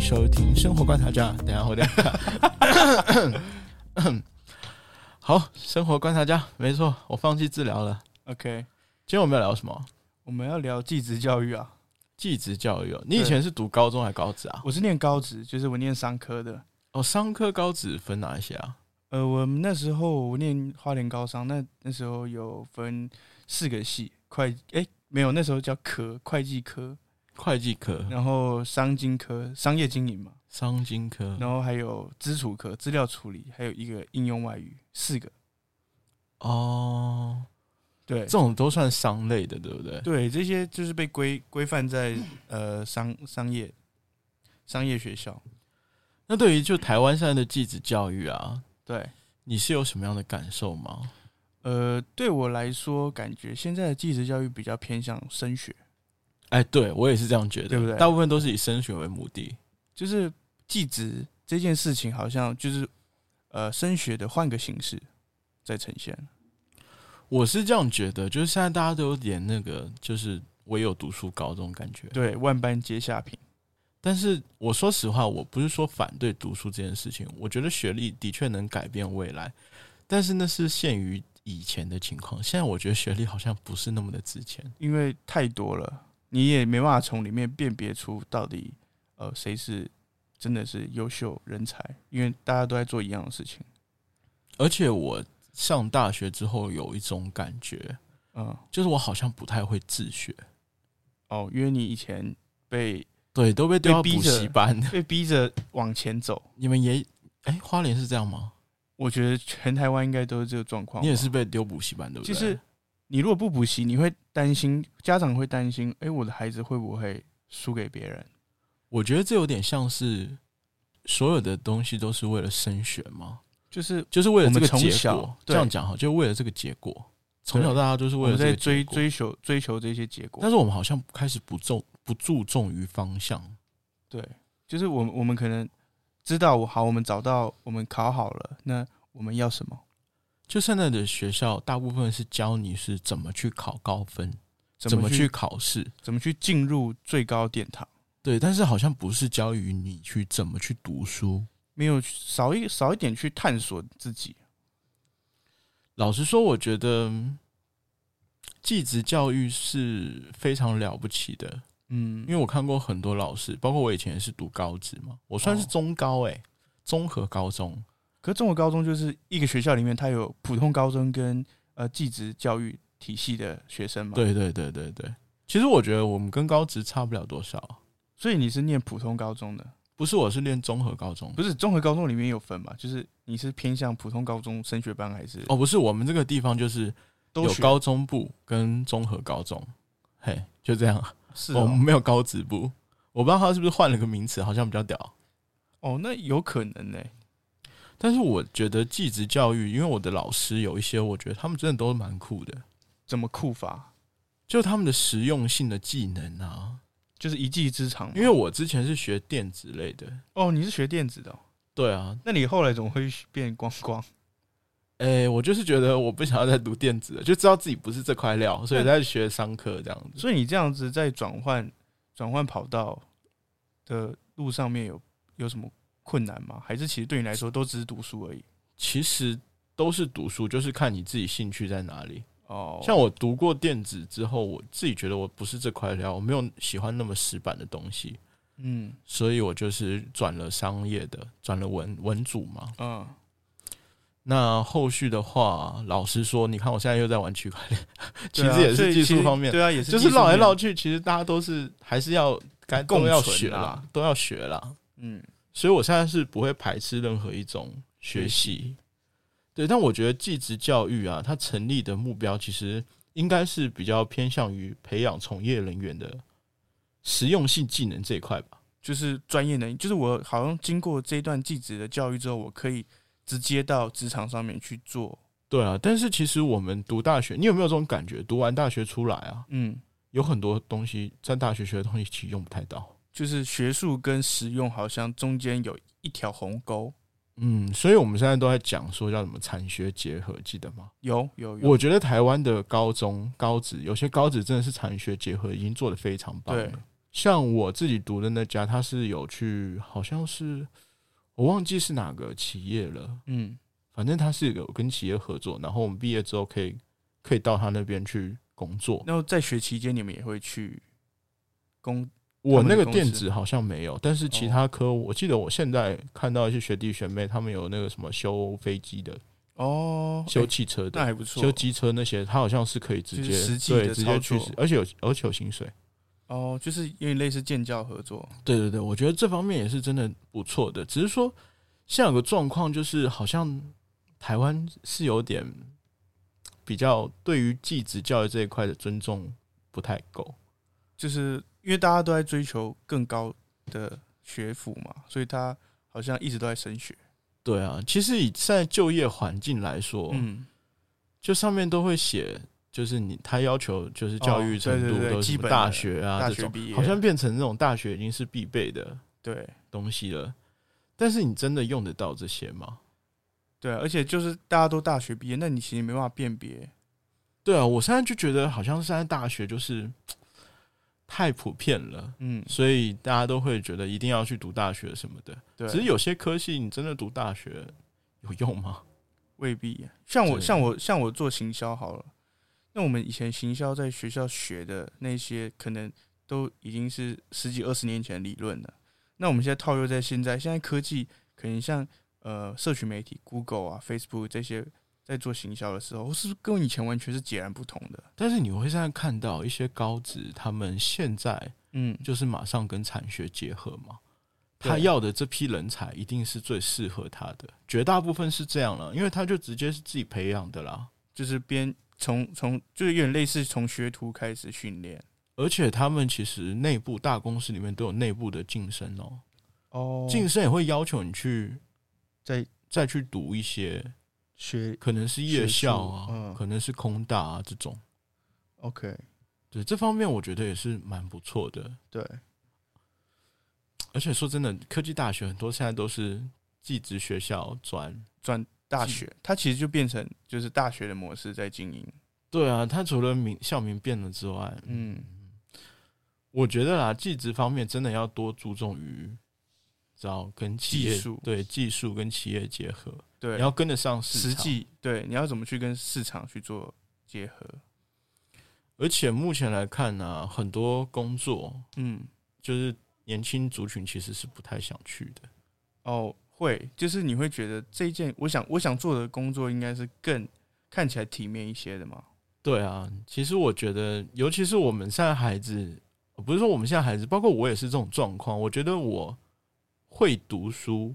收听生活观察家。等一下我 等一下，好，生活观察家，没错，我放弃治疗了。 OK，今天我们要聊什么？我们要聊继职教育啊。技职教育哦。你以前是读高中还高职啊？我是念高职，就是我念商科的。哦，商科高职分哪一些啊？呃，我们那时候我念花莲高商，那那时候有分四个系，会诶，没有，那时候叫科，会计科，会计科、然后商经科，商业经营嘛，商经科，然后还有资储科，资料处理，还有一个应用外语，四个。哦，对这，种都算商类的，对不对？对，这些就是被规规范在呃商商业商业学校。那对于就台湾现在的技职教育啊，对，你是有什么样的感受吗？呃，对我来说，感觉现在的技职教育比较偏向升学，哎，对我也是这样觉得，对不对大部分都是以升学为目的。就是技职这件事情，好像就是呃升学的换个形式在呈现。我是这样觉得，就是现在大家都有点那个，就是唯有读书高这种感觉。对，万般皆下品。但是我说实话，我不是说反对读书这件事情，我觉得学历的确能改变未来，但是那是限于以前的情况。现在我觉得学历好像不是那么的值钱。因为太多了，你也没办法从里面辨别出到底呃谁是真的是优秀人才，因为大家都在做一样的事情。而且我上大学之后有一种感觉，嗯，就是我好像不太会自学，哦，因为你以前被对，都被丢到被逼补习着班。被逼着往前走，你们也，哎、花莲是这样吗？我觉得全台湾应该都是这个状况吧。你也是被丢补习班，对不对？就是你如果不补习，你会担心，家长会担心，哎、我的孩子会不会输给别人？我觉得这有点像是所有的东西都是为了升学吗？就是就是为了我这们个从结小果，这对样讲好，就为了这个结果，从小到大都是我为了们这个在追结果，追求追求这些结果但。是我们好像开始不重不注重于方向，对，就是我们我们可能知道，我好，我们找到，我们考好了，那我们要什么？就现在的学校大部分是教你是怎么去考高分，怎么么去去考试，怎么去进入最高殿堂？对，但是好像不是教于你去怎么去读书。没有少一少一点去探索自己。老实说，我觉得技职教育是非常了不起的，嗯因为我看过很多老师，包括我以前也是读高职嘛，我算是哦中高哎、综合高中。可是中国高中就是一个学校里面，它有普通高中跟呃技职教育体系的学生嘛。，对对对对对，其实我觉得我们跟高职差不了多少，所以你是念普通高中的，不是我是练综合高中不是综合高中里面有分嘛？就是你是偏向普通高中升学班还是哦，不是我们这个地方就是都有学高中部跟综合高中，嘿，就这样，是我哦们没有高职部，我不知道他是不是换了个名词，好像比较屌。哦，那有可能呢、但是我觉得技职教育，因为我的老师有一些，我觉得他们真的都蛮酷的，怎么酷法？就他们的实用性的技能啊，就是一技之长嘛。因为我之前是学电子类的，哦，你是学电子的哦、对啊，那你后来怎么会变光光？诶、我就是觉得我不想要再读电子了，就知道自己不是这块嗯料，所以在学商科这样子。所以你这样子在转换转换跑道的路上面有有什么困难吗？还是其实对你来说都只是读书而已？其实都是读书，就是看你自己兴趣在哪里。哦，像我读过电子之后，我自己觉得我不是这块料，我没有喜欢那么死板的东西，嗯所以我就是转了商业的，转了文文组嘛。嗯，那后续的话，老实说，你看我现在又在玩区块链，其对啊实也所是以技其术实方面。对啊，也是就是绕绕来绕，去，其实大家都是还是要该都共要存啊学啦啦，都要学啦。嗯，所以我现在是不会排斥任何一种学习，对。但我觉得技职教育啊，它成立的目标其实应该是比较偏向于培养从业人员的实用性技能这一块吧。就是专业能力，就是我好像经过这一段技职的教育之后，我可以直接到职场上面去做，对啊，但是其实我们读大学，你有没有这种感觉？读完大学出来啊，嗯，有有很多东西在大学学的东西其实用不太到。就是学术跟实用好像中间有一条鸿沟，嗯，所以我们现在都在讲说叫什么产学结合，记得吗？有有有，我觉得台湾的高中、高职，有些高职真的是产学结合，已经做得非常棒了对。像我自己读的那家，它是有去，好像是我忘记是哪个企业了，嗯，反正它是有跟企业合作，然后我们毕业之后可以可以到他那边去工作。然后在学期间你们也会去工，我们那个的公电司子好像没有，但是其哦他科，我记得我现在看到一些学弟学妹，他们有那个什么修飞机的、哦，修欸汽车的那、还不错，修机车那些，他好像是可以直就接是实际的对直接操去作，而且有而且有薪水。哦，就是有点类似建教合作，对对对，我觉得这方面也是真的不错的。只是说，现在有个状况就是，好像台湾是有点比较对于继职教育这一块的尊重不太够。就是因为大家都在追求更高的学府嘛，所以他好像一直都在升学。对啊，其实以现在就业环境来说，嗯，就上面都会写，就是你他要求就是教育哦程对对度对都是基什么本的大学啊大这学种，毕业好像变成那种大学已经是必备的对东西了。但是你真的用得到这些吗？对啊，而且就是大家都大学毕业，那你其实没办法辨别。对啊，我现在就觉得好像现在大学就是太普遍了，嗯，所以大家都会觉得一定要去读大学什么的。对，只是有些科系你真的读大学有用吗？ 未必。像我对像我像我做行销好了，那我们以前行销在学校学的那些，可能都已经是十几二十年前的理论了。那我们现在套用在现在，现在科技可能像呃社群媒体、Google 啊、Facebook 这些，在做行销的时候，是不是跟以前完全是截然不同的？但是你会现在看到一些高职，他们现在嗯，就是马上跟产学结合嘛。对他要的这批人才一定是最适合他的，绝大部分是这样了，因为他就直接是自己培养的啦。就是边从从就是有点类似从学徒开始训练而且他们其实内部大公司里面都有内部的晋升哦、哦晋升也会要求你去在再去读一些，学可能是夜校啊，学术嗯可能是空大啊这种。 OK 对这方面，我觉得也是蛮不错的。对而且说真的，科技大学很多现在都是技职学校转。转大技学，它其实就变成就是大学的模式在经营。对啊，它除了名校名变了之外，嗯，我觉得啦，技职方面真的要多注重于，知道跟企业技术对技术跟企业结合，对，你要跟得上市实场际对你要怎么去跟市场去做结合？而且目前来看呢、很多工作嗯，就是年轻族群其实是不太想去的。哦，会，就是你会觉得这一件，我想我想做的工作应该是更看起来体面一些的嘛。对啊，其实我觉得，尤其是我们现在孩子，呃不是说我们现在孩子，包括我也是这种状况。我觉得我会读书，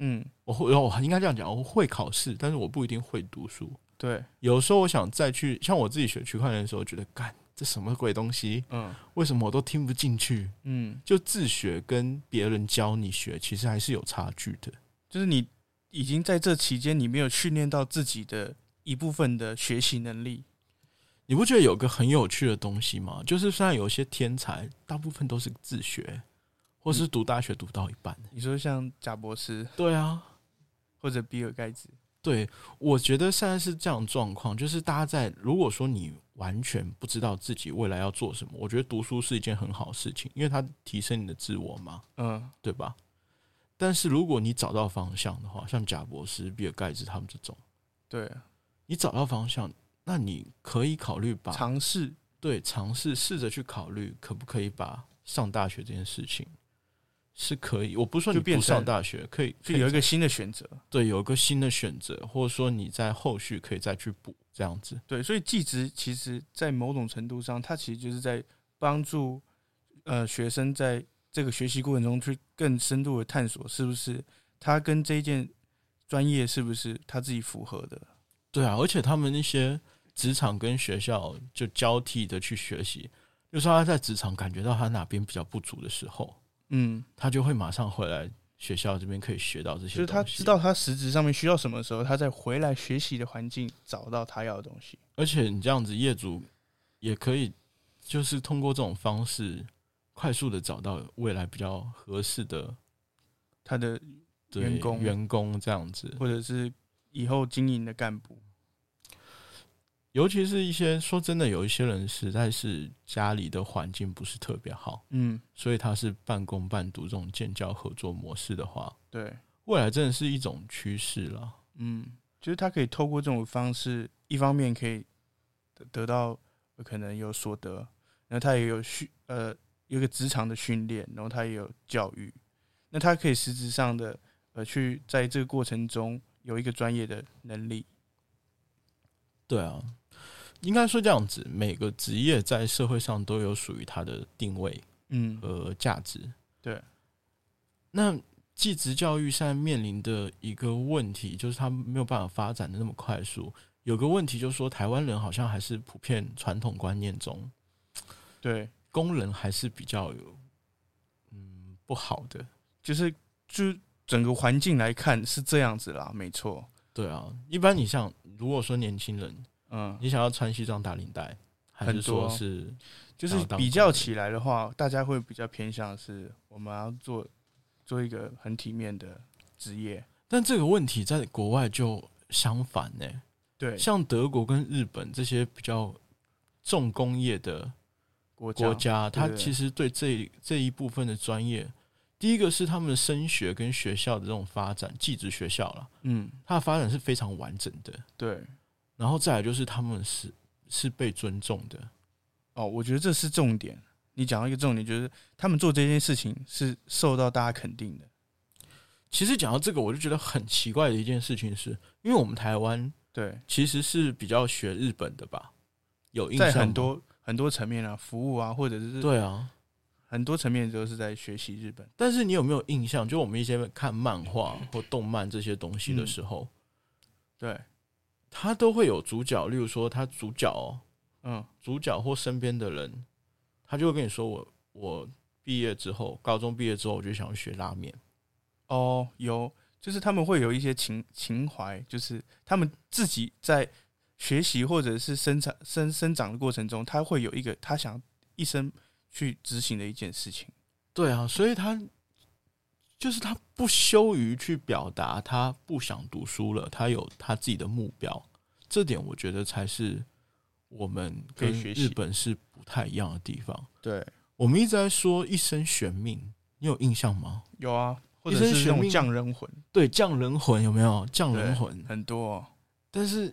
嗯，我会，我应该这样讲，我会考试，但是我不一定会读书。对，有时候我想再去，像我自己学区块链的时候，觉得干这什么鬼东西，嗯为什么我都听不进去？嗯，就自学跟别人教你学，其实还是有差距的。就是你已经在这期间，你没有训练到自己的一部分的学习能力。你不觉得有个很有趣的东西吗？就是虽然有一些天才，大部分都是自学，或是读大学读到一半。你说像贾博士嗯对啊，或者比尔盖茨，对，我觉得现在是这样的状况，就是大家在如果说你完全不知道自己未来要做什么，我觉得读书是一件很好的事情，因为它提升你的自我嘛，嗯，对吧？但是如果你找到方向的话，像贾博士、比尔盖茨他们这种，对，你找到方向，那你可以考虑把尝试对，尝试试着去考虑，可不可以把上大学这件事情是可以。我不是说你就变不上成大学，可以可就以有一再个新的选择。对有一个新的选择，或者说你在后续可以再去补这样子。对，所以技职其实，在某种程度上，它其实就是在帮助呃学生在这个学习过程中去更深度的探索，是不是他跟这一件专业是不是他自己符合的。对啊，而且他们那些职场跟学校就交替的去学习，就是他在职场感觉到他哪边比较不足的时候，嗯，他就会马上回来学校这边可以学到这些就是东西。他知道他实质上面需要什么的时候，他再回来学习的环境找到他要的东西。而且你这样子，业主也可以就是通过这种方式，快速的找到未来比较合适的他的对员工员工这样子。或者是以后经营的干部，尤其是一些说真的，有一些人实在是家里的环境不是特别好，嗯，所以他是半工半读这种建教合作模式的话，对，未来真的是一种趋势了。嗯，就是他可以透过这种方式，一方面可以得得到呃可能有所得，然后他也有训呃有一个职场的训练，然后他也有教育，那他可以实质上的呃去在这个过程中有一个专业的能力，对啊，应该说这样子，每个职业在社会上都有属于它的定位嗯，和呃价值。对，那技职教育现在面临的一个问题，就是它没有办法发展的那么快速。有个问题就是说，台湾人好像还是普遍传统观念中，对，工人还是比较有嗯不好的。就是就整个环境来看是这样子啦，没错，对啊，一般你像如果说年轻人，嗯，你想要穿西装打领带，还是很多说是就是然后当比较工人起来的话，大家会比较偏向是我们要做做一个很体面的职业。但这个问题在国外就相反呢、对，像德国跟日本这些比较重工业的国家国家，对它对对其实对这这一部分的专业，第一个是他们的升学跟学校的这种发展，技职学校啦，嗯，它的发展是非常完整的。对，然后再来就是他们是是被尊重的，哦，我觉得这是重点。你讲到一个重点，就是他们做这件事情是受到大家肯定的。其实讲到这个，我就觉得很奇怪的一件事情是，因为我们台湾对，其实是比较学日本的吧，有印象在吗很多很多层面啊，服务啊，或者是对啊。很多层面都是在学习日本。但是你有没有印象？就我们一些看漫画或动漫这些东西嗯的时候，对，它都会有主角，例如说他主角、哦、嗯，主角或身边的人，他就会跟你说我我毕业之后，高中毕业之后我就想要学拉面。哦，有，就是他们会有一些情情怀，就是他们自己在学习或者是生长生生长的过程中，他会有一个他想一生去执行的一件事情。对啊，所以他就是他不羞于去表达，他不想读书了，他有他自己的目标，这点我觉得才是我们可以跟学习日本是不太一样的地方。对，我们一直在说一生悬命，你有印象吗？有啊，或一者生是悬那种命匠人魂对，降人魂有没有降人魂？很多、哦。但是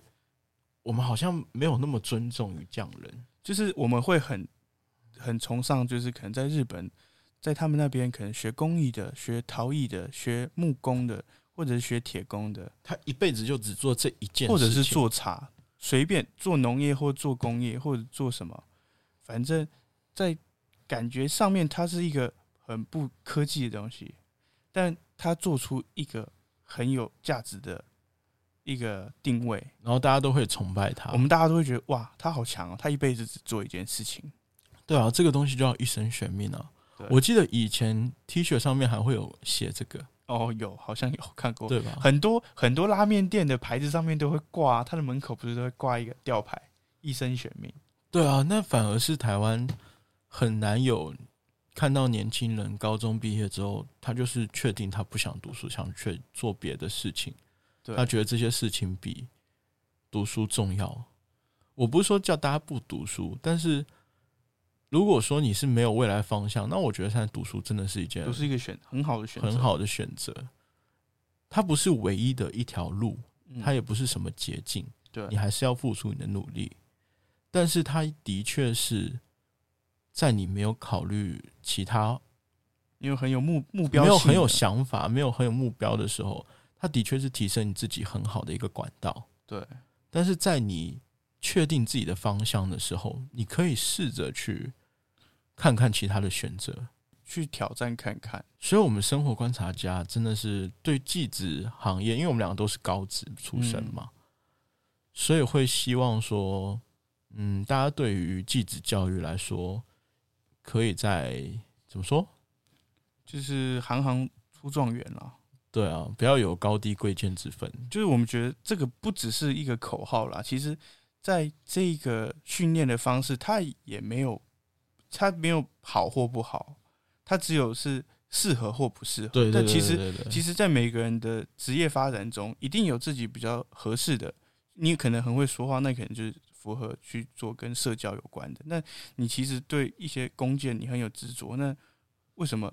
我们好像没有那么尊重于匠人。就是我们会很很崇尚，就是可能在日本，在他们那边可能学工艺的、学陶艺的、学木工的，或者是学铁工的，他一辈子就只做这一件事情，或者是做茶，随便做农业或做工业或者做什么，反正在感觉上面它是一个很不科技的东西，但它做出一个很有价值的一个定位，然后大家都会崇拜他我。们大家都会觉得哇，他好强哦，他一辈子只做一件事情。对啊，这个东西就要一生悬命啊对！我记得以前 T 恤上面还会有写这个，哦，有，好像有看过，对吧？很多很多拉面店的牌子上面都会挂，它的门口不是都会挂一个吊牌“一生悬命对啊，那反而是台湾很难有看到年轻人高中毕业之后，他就是确定他不想读书，想去做别的事情。”。对，他觉得这些事情比读书重要。我不是说叫大家不读书，但是如果说你是没有未来方向，那我觉得现在读书真的是一件都是一个选很好的选择，很，好的选择。它不是唯一的一条路，嗯、它也不是什么捷径，对你还是要付出你的努力。但是它的确是在你没有考虑其他、因为很有目目标没性有的，很有想法、没有很有目标的时候，它的确是提升你自己很好的一个管道。对但是在你确定自己的方向的时候，你可以试着去看看其他的选择。去挑战看看，所以，我们生活观察家真的是对技职行业，因为我们两个都是高职出身嘛，所以会希望说，嗯，大家对于技职教育来说，可以在怎么说？就是行行出状元啦。对啊，不要有高低贵贱之分。就是我们觉得这个不只是一个口号啦，其实在这个训练的方式，它也没有它没有好或不好，它只有是适合或不适合。对对但其实对对对其实，在每个人的职业发展中，一定有自己比较合适的。你可能很会说话，那可能就是符合去做跟社交有关的。那你其实对一些弓箭你很有执着，那为什么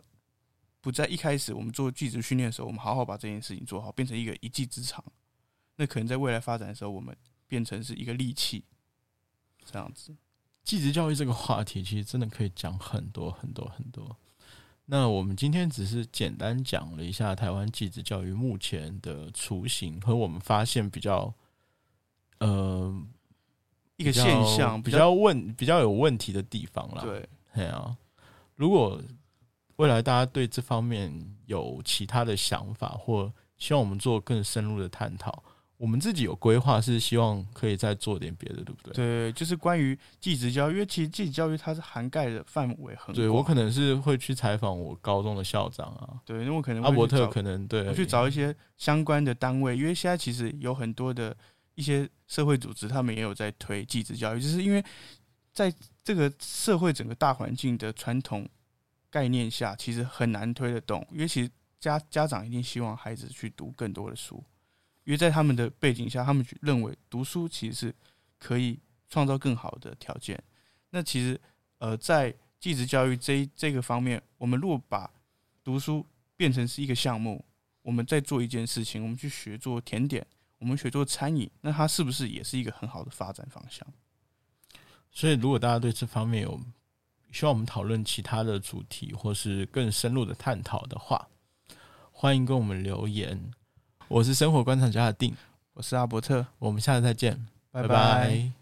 不在一开始我们做技职训练的时候，我们好好把这件事情做好，变成一个一技之长？那可能在未来发展的时候，我们变成是一个利器，这样子。技职教育这个话题，其实真的可以讲很多很多很多。那我们今天只是简单讲了一下台湾技职教育目前的雏形和我们发现比较，呃，一个现象比较问比较有问题的地方啦。，对，哎啊，如果未来大家对这方面有其他的想法，或希望我们做更深入的探讨，我们自己有规划是希望可以再做点别的，对不对？对，就是关于技职教育，因为其实技职教育它是涵盖的范围很广。对我可能是会去采访我高中的校长啊，对，那我可能阿伯会去特找可能对我去找一些相关的单位，因为现在其实有很多的一些社会组织，他们也有在推继职教育，就是因为在这个社会整个大环境的传统概念下，其实很难推得动，因为其实家家长一定希望孩子去读更多的书，因为在他们的背景下，他们认为读书其实是可以创造更好的条件。那其实呃，在继职教育这一这个方面，我们如果把读书变成是一个项目，我们在做一件事情，我们去学做甜点，我们学做餐饮，那它是不是也是一个很好的发展方向？所以，如果大家对这方面有需要我们讨论其他的主题，或是更深入的探讨的话，欢迎跟我们留言。我是生活观察家的定，我是阿伯特，我们下次再见，拜拜拜